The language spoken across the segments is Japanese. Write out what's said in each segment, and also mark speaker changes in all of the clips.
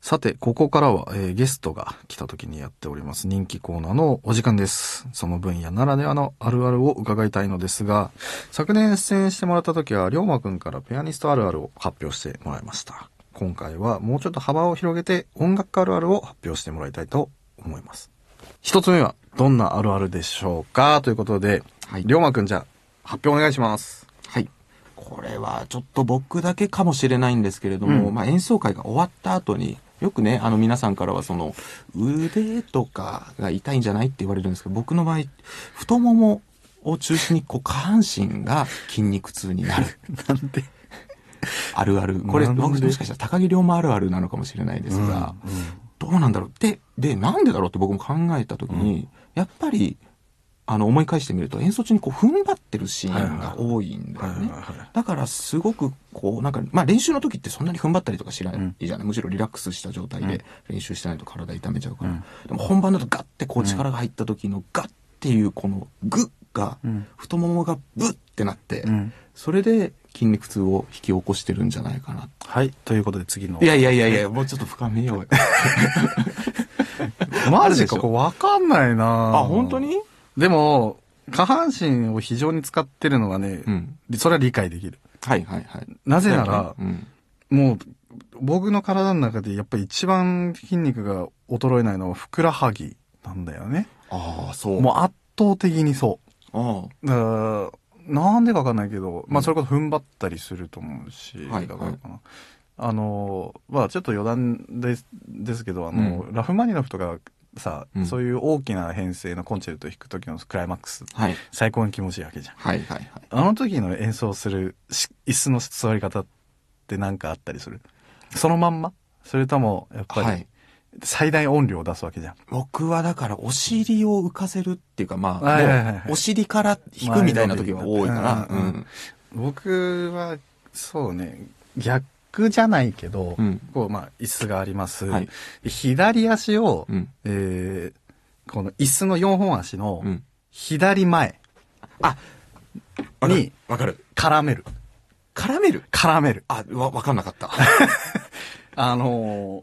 Speaker 1: さて、ここからは、えーゲストが来た時にやっております人気コーナーのお時間です。その分野ならではのあるあるを伺いたいのですが、昨年出演してもらった時は、りょうまくんからピアニストあるあるを発表してもらいました。今回はもうちょっと幅を広げて音楽あるあるを発表してもらいたいと思います。一つ目は、どんなあるあるでしょうかということで、
Speaker 2: はい
Speaker 1: りょうまくんじゃあ、発表お願いします。
Speaker 2: はい。これはちょっと僕だけかもしれないんですけれども、
Speaker 1: うん
Speaker 2: まあ演奏会が終わった後に、よくね、あの皆さんからはその、腕とかが痛いんじゃないって言われるんですけど、僕の場合、太ももを中心にこう下半身が筋肉痛に なる。
Speaker 1: なんで
Speaker 2: あるある。これ、
Speaker 1: なんで
Speaker 2: ももしかしたら高木龍馬あるあるなのかもしれないですが、どうなんだろうで、で、なんでだろうって僕も考えたときに、やっぱり、あの、思い返してみると演奏中にこう踏ん張ってるシーンが多いんだよ
Speaker 1: はいはい
Speaker 2: ね
Speaker 1: はいはい。
Speaker 2: だからすごくこう、なんか、まあ練習の時ってそんなに踏ん張ったりとかしない
Speaker 1: うん
Speaker 2: じゃない。むしろリラックスした状態
Speaker 1: うん
Speaker 2: で練習してないと体痛めちゃうか
Speaker 1: う
Speaker 2: ら
Speaker 1: ん。
Speaker 2: でも本番だとガッてこう力が入った時のガッっていうこのグッが
Speaker 1: うん、
Speaker 2: 太ももがブッってなって、
Speaker 1: ん
Speaker 2: それで筋肉痛を引き起こしてるんじゃないかな。
Speaker 1: はい。ということで次の。
Speaker 2: いやいやいやいや、もうちょっと深めようよ。
Speaker 1: マ
Speaker 2: る
Speaker 1: ジ
Speaker 2: でし
Speaker 1: か、
Speaker 2: ょ
Speaker 1: これわかんないな
Speaker 2: あ、本当に
Speaker 1: でも、下半身を非常に使ってるのはね、
Speaker 2: うん。
Speaker 1: それは理解できる。
Speaker 2: はいはいはい。
Speaker 1: なぜな
Speaker 2: だよ
Speaker 1: ら、
Speaker 2: ね
Speaker 1: もう、僕の体の中でやっぱり一番筋肉が衰えないのはふくらはぎなんだよね。
Speaker 2: うん、ああ、そう。
Speaker 1: もう圧倒的にそ
Speaker 2: あ
Speaker 1: う。だからなんでかわかんないけど、まあそれこそ踏ん張ったりすると思うし、
Speaker 2: はい
Speaker 1: だからかな。あの、まあちょっと余談ですですけど、あの、ラフマニノフとかさ、
Speaker 2: うん
Speaker 1: そういう大きな編成のコンチェルト弾く時のクライマックス
Speaker 2: あはい。
Speaker 1: 最高に気持ちいいわけじゃん。
Speaker 2: はいはいはい。
Speaker 1: あの時の演奏するし椅子の座り方って何かあったりするそのまんまそれとも、やっ
Speaker 2: は
Speaker 1: ぱり
Speaker 2: い、。
Speaker 1: 最大音量を出すわけじゃん。
Speaker 2: 僕はだからお尻を浮かせるっていうか、まあ、
Speaker 1: はいはいはいはい
Speaker 2: もうお尻から引くみたいな時は多いから、
Speaker 1: う
Speaker 2: うんん。
Speaker 1: 僕は、そうね、逆じゃないけど、
Speaker 2: うん
Speaker 1: こう、まあ、椅子があります。
Speaker 2: はい
Speaker 1: 左足を、
Speaker 2: うん。
Speaker 1: えーこの椅子の4本足の
Speaker 2: うん。
Speaker 1: 左前
Speaker 2: あ、
Speaker 1: に
Speaker 2: わかる。
Speaker 1: 絡める。
Speaker 2: 絡める
Speaker 1: 絡める。
Speaker 2: あ、わ、わかんなかった。
Speaker 1: あのー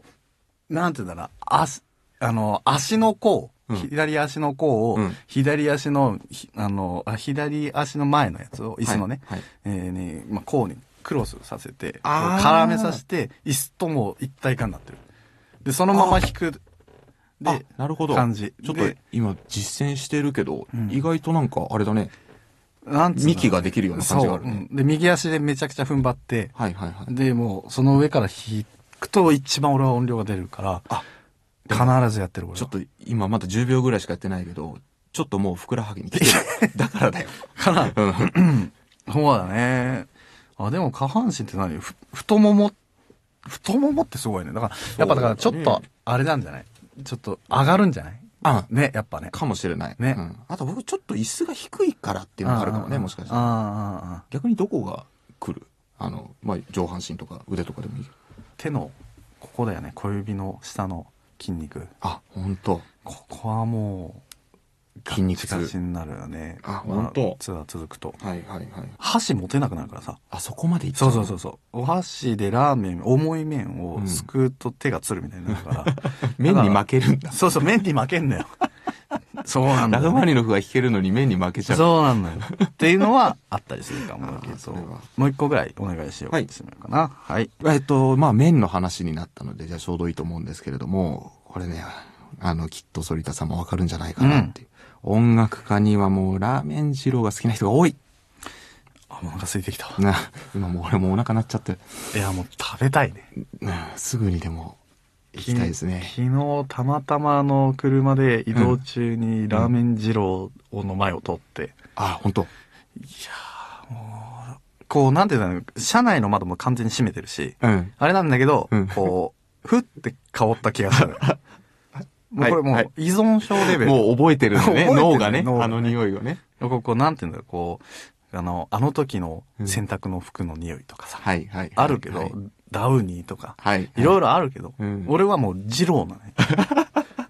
Speaker 1: なんて言うんだろうな、足、あのー足の甲、
Speaker 2: うん
Speaker 1: 左足の甲を、
Speaker 2: うん
Speaker 1: 左足の、ひあのーあ左足の前のやつを、椅子のね、
Speaker 2: はい。はい
Speaker 1: えーに、まあ、甲にクロスさせて、こう
Speaker 2: あー
Speaker 1: 絡めさせて、椅子とも一体化になってる。で、そのまま引く。で、
Speaker 2: あなるほど。
Speaker 1: 感じ
Speaker 2: ちょっと
Speaker 1: で
Speaker 2: 今実践してるけど、
Speaker 1: うん
Speaker 2: 意外となんかあれだね、
Speaker 1: なんつうの
Speaker 2: 幹ができるような感じがあるね。
Speaker 1: そううんで、右足でめちゃくちゃ踏ん張って、
Speaker 2: はいはいはい。
Speaker 1: で、もう、その上から引くと一番俺は音量が出るから、
Speaker 2: あ
Speaker 1: 必ずやってる俺は。
Speaker 2: ちょっと今まだ10秒ぐらいしかやってないけど、ちょっともうふくらはぎに来てる。 だからだよ。
Speaker 1: から、
Speaker 2: うん
Speaker 1: そうだね。あ、でも下半身って何ふ太もも、太ももってすごいね。だから、やっぱだからちょっ
Speaker 2: そうだ
Speaker 1: と
Speaker 2: ね、
Speaker 1: あれなんじゃないちょっと上がるんじゃない
Speaker 2: あ、
Speaker 1: ね、やっぱね。
Speaker 2: かもしれない。
Speaker 1: ね
Speaker 2: うんあと僕ちょっと椅子が低いからっていうのがあるかもね、もしかした
Speaker 1: あ
Speaker 2: ら。
Speaker 1: あああああ、
Speaker 2: 逆にどこが来るあの、まあ、上半身とか腕とかでもいいけど。
Speaker 1: 手の、ここだよね。小指の下の筋肉。
Speaker 2: あ、本当
Speaker 1: ここはもう、
Speaker 2: 筋肉
Speaker 1: ガチガチ
Speaker 2: 痛。
Speaker 1: になるよね。
Speaker 2: あ
Speaker 1: ま
Speaker 2: ほんと
Speaker 1: ツアー続くと。
Speaker 2: はいはいはい。
Speaker 1: 箸持てなくなるからさ。
Speaker 2: あそこまで行っちゃ
Speaker 1: そう
Speaker 2: う。
Speaker 1: そうそうそう。お箸でラーメン、重い麺をすくうと手がつるみたいになるから。
Speaker 2: 面に負けるん だ。
Speaker 1: そうそう、麺に負けん なよ。そうなんだ
Speaker 2: ラ
Speaker 1: よ
Speaker 2: フ
Speaker 1: ね、
Speaker 2: マニノフが弾けるのに面に負けちゃう。
Speaker 1: そうなんだよ。っていうのはあったりするかもだけ
Speaker 2: あーそ
Speaker 1: ど
Speaker 2: れは、
Speaker 1: もう一個ぐらいお願いしよう、
Speaker 2: はい
Speaker 1: してみようかな。はい。
Speaker 2: えっと、まあ、面の話になったので、じゃあちょうどいいと思うんですけれども、これね、あの、きっと反田さんもわかるんじゃないかなっていう。音楽家にはもう、ラーメン二郎が好きな人が多い。
Speaker 1: あ、もうお腹空いてきたわ。
Speaker 2: な、今もう俺もうお腹鳴っちゃって、
Speaker 1: いや、もう食べたいね。
Speaker 2: なすぐにでも、行きたいですね。
Speaker 1: 昨日、たまたまあの車で移動中にラーメン二郎の前を通って、
Speaker 2: あ、本当
Speaker 1: こう、なんていうんだろう、車内の窓も完全に閉めてるし、
Speaker 2: うん。
Speaker 1: あれなんだけど、
Speaker 2: うん
Speaker 1: こう、ふって香った気が する。もうこれも
Speaker 2: は
Speaker 1: う
Speaker 2: い
Speaker 1: 依存症レベル。
Speaker 2: もう覚えてるのね、
Speaker 1: 覚えてるね
Speaker 2: 脳がね、
Speaker 1: 脳がね
Speaker 2: あの匂いをね。
Speaker 1: こうこう、なんていうんだろう、こう、あの、あの時の洗濯の服の匂いとかさ、
Speaker 2: はい、はい。
Speaker 1: あるけど、
Speaker 2: はい。
Speaker 1: ダウニーとか、
Speaker 2: はい。
Speaker 1: いろ
Speaker 2: い
Speaker 1: いろあるけど、
Speaker 2: うん
Speaker 1: 俺はもう二郎なのよ。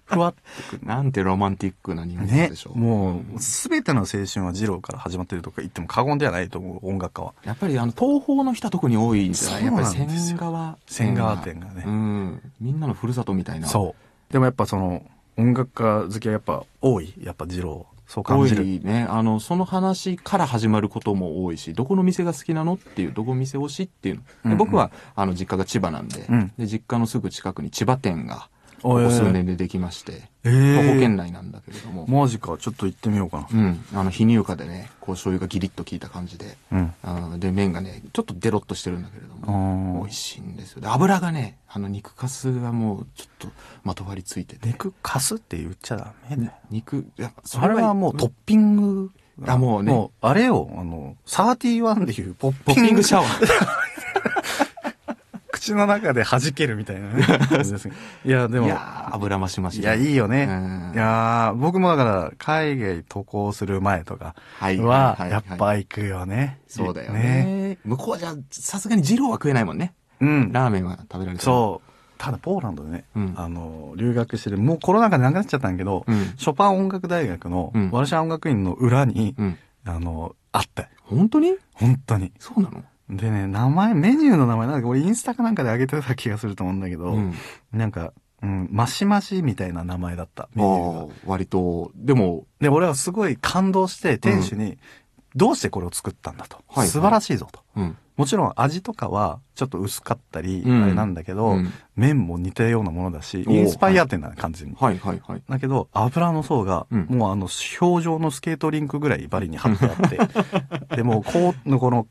Speaker 2: ふわってくるなんてロマンティックな日本語
Speaker 1: ね
Speaker 2: でしょ。。
Speaker 1: もう、すべての青春は二郎から始まってるとか言っても過言ではないと思う、音楽家は。
Speaker 2: やっぱりあの東方の人は特に多いんじゃない
Speaker 1: そう
Speaker 2: やっ
Speaker 1: なん
Speaker 2: ぱ
Speaker 1: で
Speaker 2: り
Speaker 1: すよ
Speaker 2: 千川
Speaker 1: 千川店がね
Speaker 2: うん、みんなのふるさとみたいな
Speaker 1: そう。でもやっぱその、音楽家好きはやっぱ多い。やっぱ二郎。そう感
Speaker 2: 多
Speaker 1: じる。
Speaker 2: いねあのその話から始まることも多いしどこの店が好きなのっていうどこ店推しっていうので
Speaker 1: うんうん
Speaker 2: 僕はあの実家が千葉なんで,、
Speaker 1: うん
Speaker 2: で実家のすぐ近くに千葉店が
Speaker 1: お
Speaker 2: こ
Speaker 1: ー
Speaker 2: こ数年でできまして、
Speaker 1: え
Speaker 2: まあ保険
Speaker 1: ー、
Speaker 2: 内なんだけれども、
Speaker 1: マジか。ちょっと行ってみようか
Speaker 2: うん、あの、非乳化でね、こう、醤油がギリッと効いた感じで、
Speaker 1: な。うん。
Speaker 2: あーで、麺がね、ちょっとデロッとしてるんだけれど
Speaker 1: あー
Speaker 2: も、美味しいんですよ。で、油がね、あの、肉かすがもう、ちょっと、まとわりついてて。
Speaker 1: 肉かすって言っちゃダメだよ。
Speaker 2: 肉、やっぱ、そ
Speaker 1: あれはもうトッピング。
Speaker 2: あもうね
Speaker 1: もう、あれを、あの、サーティワンでいうポッ
Speaker 2: ポッ
Speaker 1: ピング。
Speaker 2: ピングシャワー。
Speaker 1: 口の中で弾けるみたいなね。感じですね いや、でも、い
Speaker 2: いや
Speaker 1: や、
Speaker 2: ー油増し増し。
Speaker 1: いいよね。
Speaker 2: うん
Speaker 1: いやー僕もだから、海外渡航する前とか
Speaker 2: はい
Speaker 1: は、
Speaker 2: はいはい
Speaker 1: やっぱ行くよね。
Speaker 2: そうだよね。向こうじゃ、さすがに二郎は食えないもんね。
Speaker 1: うん。
Speaker 2: ラーメンは食べられて
Speaker 1: そう。ただ、ポーランドでね、
Speaker 2: うん
Speaker 1: あの、留学してる、もうコロナ禍でなくなっちゃったんだけど、
Speaker 2: うん
Speaker 1: ショパン音楽大学の
Speaker 2: うん、
Speaker 1: ワルシャワ音楽院の裏に、
Speaker 2: う。うん。
Speaker 1: あの、あって。
Speaker 2: 本当に
Speaker 1: 本当に。
Speaker 2: そうなの
Speaker 1: でね、名前、メニューの名前なんか、俺インスタかなんかで上げてた気がすると思うんだけど、
Speaker 2: うん。
Speaker 1: なんか、うん、マシマシみたいな名前だった、メニューが
Speaker 2: ああ。、割と、でも、
Speaker 1: で、俺はすごい感動して、店主に、どうしてこれを作ったんだと。
Speaker 2: はい
Speaker 1: 素晴らしいぞと。
Speaker 2: うん。
Speaker 1: もちろん味とかは、ちょっと薄かったり、
Speaker 2: うん
Speaker 1: あれなんだけど、
Speaker 2: うん
Speaker 1: 麺も似たようなものだし、
Speaker 2: おー
Speaker 1: インスパイア店な感じに。
Speaker 2: はいはいはい。
Speaker 1: だけど、油の層が、
Speaker 2: うん
Speaker 1: もうあの、表情のスケートリンクぐらいバリに張ってあ って、で、もう、こう、この、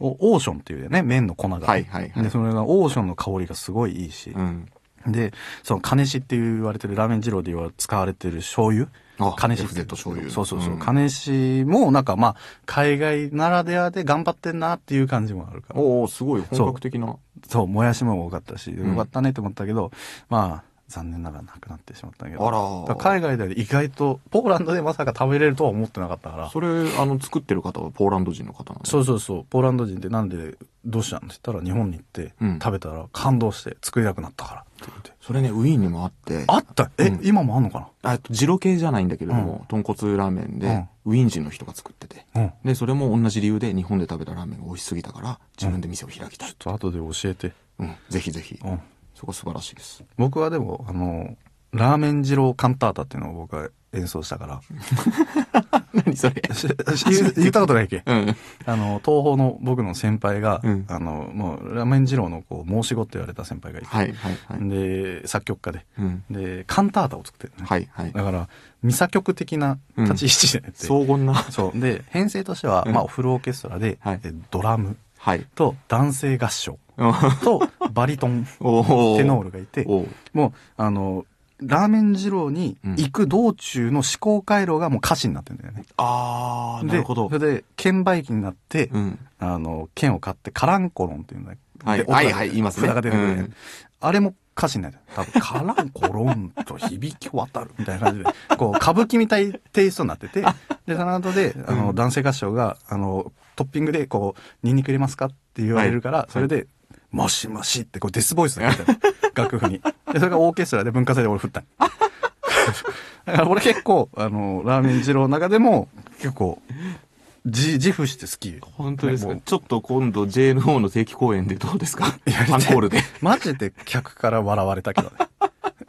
Speaker 1: おオーションっていうね、麺の粉が。
Speaker 2: はいはいはい
Speaker 1: で、それがオーションの香りがすごいいいし、
Speaker 2: うん。
Speaker 1: で、その、金しって言われてるラーメン二郎で言わ使われてる醤油。
Speaker 2: あ
Speaker 1: 金し
Speaker 2: FZ 醤油
Speaker 1: そうそうそう。
Speaker 2: うん
Speaker 1: 金しも、なんかまあ、海外ならではで頑張ってんなっていう感じもあるから。
Speaker 2: おおすごい、本格的な。
Speaker 1: そう、もやしも多かったし、
Speaker 2: ん
Speaker 1: よかったねって思ったけど、まあ、残念ながらなくなってしまったけど。
Speaker 2: あら
Speaker 1: だから海外では意外と、ポーランドでまさか食べれるとは思ってなかったから。
Speaker 2: それ、あの、作ってる方はポーランド人の方なん
Speaker 1: そうそうそう。ポーランド人ってなんで、どうしたんって言ったら日本に行って
Speaker 2: うん、
Speaker 1: 食べたら感動して作りたくなったからって言って。
Speaker 2: それね、ウィーンにもあって、
Speaker 1: あったえ、
Speaker 2: うん
Speaker 1: 今もあんのか
Speaker 2: あと、ジロ系じゃないんだけれども、豚骨ラーメンで、ウィーン人の人が作ってて。
Speaker 1: なうん。
Speaker 2: で、それも同じ理由で日本で食べたラーメンが美味しすぎたから、自分で店を開きたい。
Speaker 1: ちょっと後で教えて。
Speaker 2: うん、ぜひぜひ。
Speaker 1: うん。
Speaker 2: そこ素晴らしいです。
Speaker 1: 僕はでも、あの、ラーメン二郎カンタータっていうのを僕は演奏したから。
Speaker 2: 何それ
Speaker 1: しし 言ったことないっけ
Speaker 2: うん。
Speaker 1: あの、東宝の僕の先輩が、
Speaker 2: うん
Speaker 1: あの、もう、ラーメン二郎のこう、申し子って言われた先輩がいて、
Speaker 2: はいはいはい。
Speaker 1: で、作曲家で、
Speaker 2: うん。
Speaker 1: で、カンタータを作ってるのね。
Speaker 2: はいはい。
Speaker 1: だから、未作曲的な立ち位置でやって、
Speaker 2: 荘厳な。
Speaker 1: そう。で、編成としては、
Speaker 2: うん
Speaker 1: まあ、フルオーケストラで、
Speaker 2: はい
Speaker 1: えドラム
Speaker 2: はい。
Speaker 1: と男性合唱とバリトン、
Speaker 2: おお。
Speaker 1: テノー
Speaker 2: ル。
Speaker 1: ルがいて、
Speaker 2: おお。
Speaker 1: もう、あの、ラーメン二郎に行く道中の思考回路がもう歌詞になってるんだよね。
Speaker 2: あー、なるほど
Speaker 1: で、。それで、券売機になって、
Speaker 2: うん。
Speaker 1: あの、券を買って、カランコロンっていうんだよ。
Speaker 2: はい
Speaker 1: で音が
Speaker 2: はいはい言いますね
Speaker 1: 札が出てくるね、
Speaker 2: うん
Speaker 1: あれも歌詞になる。多分、カランコロンと響き渡るみたいな感じで、 こう、歌舞伎みたいテイストになってて、で、その後で、あの、男性合唱が、あの、トッピングで、こう、ニンニク入れますかって言われるから、
Speaker 2: はい
Speaker 1: それで、もしもしって、こう、デスボイスで書いてある。楽譜に。で、それがオーケストラで文化祭で俺振った。だから俺結構、あの、ラーメン二郎の中でも、結構、自、自負して好き。
Speaker 2: 本当ですか、
Speaker 1: ねもう
Speaker 2: ちょっと今度 JNO の定期公演でどうですかアンコールで。
Speaker 1: マジで客から笑われたけど ね。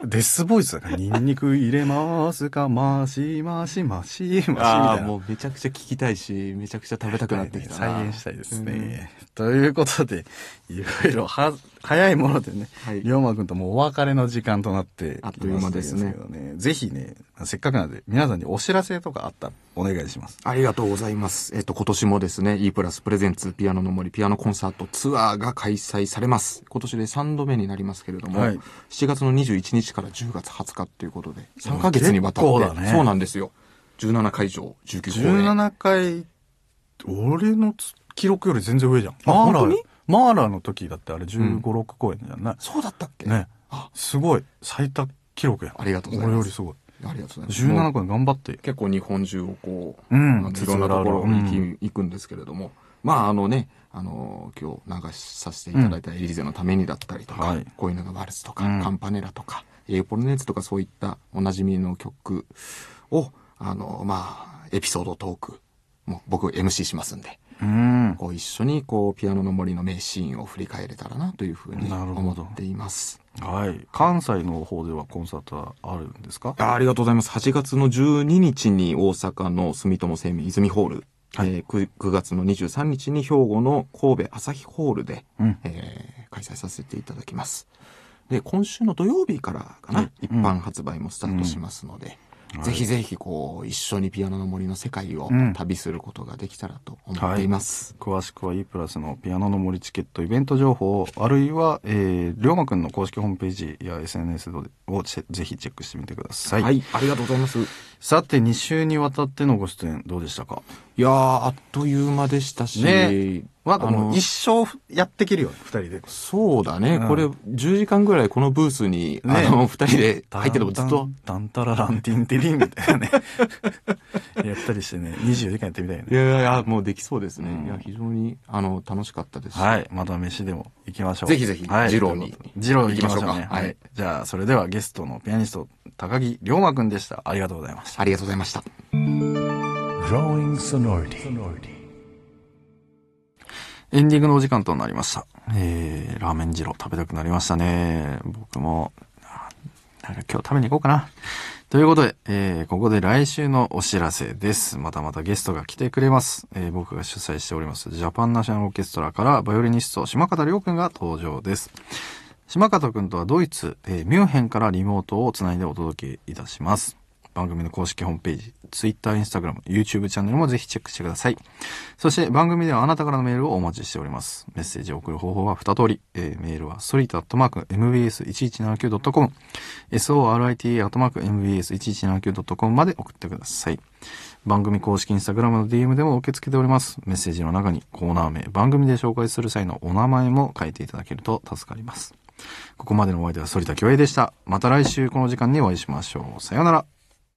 Speaker 1: デスボイスだから、ニンニク入れますか、マシマシマシマシみたい
Speaker 2: ああ、
Speaker 1: な。
Speaker 2: もうめちゃくちゃ聞きたいし、めちゃくちゃ食べたくなってきたな。
Speaker 1: 再現したいですね。ということで、いろいろは、早いものでね、
Speaker 2: はい
Speaker 1: 龍馬くんともうお別れの時間となって
Speaker 2: あっという間ですね
Speaker 1: きましたけどねぜひね、せっかくなんで、皆さんにお知らせとかあったらお願いします。
Speaker 2: ありがとうございます。えっと、今年もですね、E プラスプレゼンツピアノの森ピアノコンサートツアーが開催されます。今年で3度目になりますけれども、
Speaker 1: はい
Speaker 2: 7月の21日から10月20日ということで、3ヶ月にわたって、
Speaker 1: 結構だね
Speaker 2: そうなんですよ。17会場、19公演。
Speaker 1: 17回、俺のつ記録より全然上じゃん。マー
Speaker 2: 本
Speaker 1: ラ
Speaker 2: 当
Speaker 1: ー
Speaker 2: に、
Speaker 1: マーラーの時だってあれ15、6公演じゃない
Speaker 2: そうだったっけ
Speaker 1: ね
Speaker 2: あ。
Speaker 1: すごい。最多記録や。
Speaker 2: ありがとうございます
Speaker 1: 俺よりすごい。
Speaker 2: ありがとうございます。
Speaker 1: 17個に頑張って。
Speaker 2: 結構日本中をこう、
Speaker 1: うん
Speaker 2: あのいろんなところに行き、
Speaker 1: う
Speaker 2: 行くんですけれども、まああのね、あの、今日流しさせていただいたエリーゼのためにだったりとか、
Speaker 1: はい
Speaker 2: こういうのがワルツとか、
Speaker 1: うん
Speaker 2: カンパネラとか、えーポルネーズとかそういったおなじみの曲を、あの、まあ、エピソードトーク、もう僕 MC しますんで、
Speaker 1: うん。
Speaker 2: こう一緒にこうピアノの森の名シーンを振り返れたらなというふうに
Speaker 1: なるほど
Speaker 2: 思っています。
Speaker 1: はい。関西の方ではコンサートはあるんですか
Speaker 2: あありがとうございます。8月の12日に大阪の住友生命泉ホール、
Speaker 1: はい
Speaker 2: えー 9, 9月の23日に兵庫の神戸朝日ホールで、
Speaker 1: うん。
Speaker 2: えー開催させていただきます。で、今週の土曜日からかな、
Speaker 1: うん
Speaker 2: 一般発売もスタートしますので、
Speaker 1: はい
Speaker 2: ぜひぜひこう、一緒にピアノの森の世界を
Speaker 1: うん
Speaker 2: 旅することができたらと思っています。
Speaker 1: 詳しくは E プラスのピアノの森チケットイベント情報、あるいは、えー、りょうまくんの公式ホームページや SNS をチェぜひチェックしてみてくださ。
Speaker 2: はいい、ありがとうございます。い
Speaker 1: さて、2週にわたってのご出演どうでしたか
Speaker 2: やー、あっという間でしたし、
Speaker 1: ねなんか
Speaker 2: あ
Speaker 1: も
Speaker 2: の
Speaker 1: う一生やってけるよね、二人で。
Speaker 2: そうだね、
Speaker 1: うん
Speaker 2: これ10時間ぐらいこのブースに、あ
Speaker 1: ね
Speaker 2: の、2人で入っててもずっと、。
Speaker 1: ダンタラランティンテリンみたいなね。 やったりしてね、24時間やってみたいよ
Speaker 2: い
Speaker 1: ね。
Speaker 2: やいやいや、もうできそうですね。
Speaker 1: うん
Speaker 2: いや、非常に、あの、楽しかったですし。
Speaker 1: はい。また飯でも行きましょう。
Speaker 2: ぜひぜひ
Speaker 1: はい。
Speaker 2: 二郎に
Speaker 1: ということで二郎行きましょう
Speaker 2: 行
Speaker 1: か
Speaker 2: きまし
Speaker 1: ね
Speaker 2: ょ。うか
Speaker 1: は
Speaker 2: はい
Speaker 1: い。じゃあ、それではゲストのピアニスト、高木龍馬くんでした。ありがとうございました。
Speaker 2: ありがとうございました。
Speaker 3: Drawing Sonority. Sonority.
Speaker 1: エンディングのお時間となりました。えー、ラーメン二郎食べたくなりましたね。僕も、あなんか今日食べに行こうかな。ということで、えーここで来週のお知らせです。またまたゲストが来てくれます。えー僕が主催しております、ジャパンナショナルオーケストラから、バイオリニスト、島方亮くんが登場です。島方くんとはドイツ、えーミュンヘンからリモートをつないでお届けいたします。番組の公式ホームページ、Twitter、Instagram、YouTube チャンネルもぜひチェックしてください。そして番組ではあなたからのメールをお待ちしております。メッセージを送る方法は2通り。えーメールは sorit.mbs1179.com、sorit.mbs1179.com まで送ってください。番組公式インスタグラムの DM でも受け付けております。メッセージの中にコーナー名、番組で紹介する際のお名前も書いていただけると助かります。ここまでのお相手は反田恭平でした。また来週この時間にお会いしましょう。さようなら。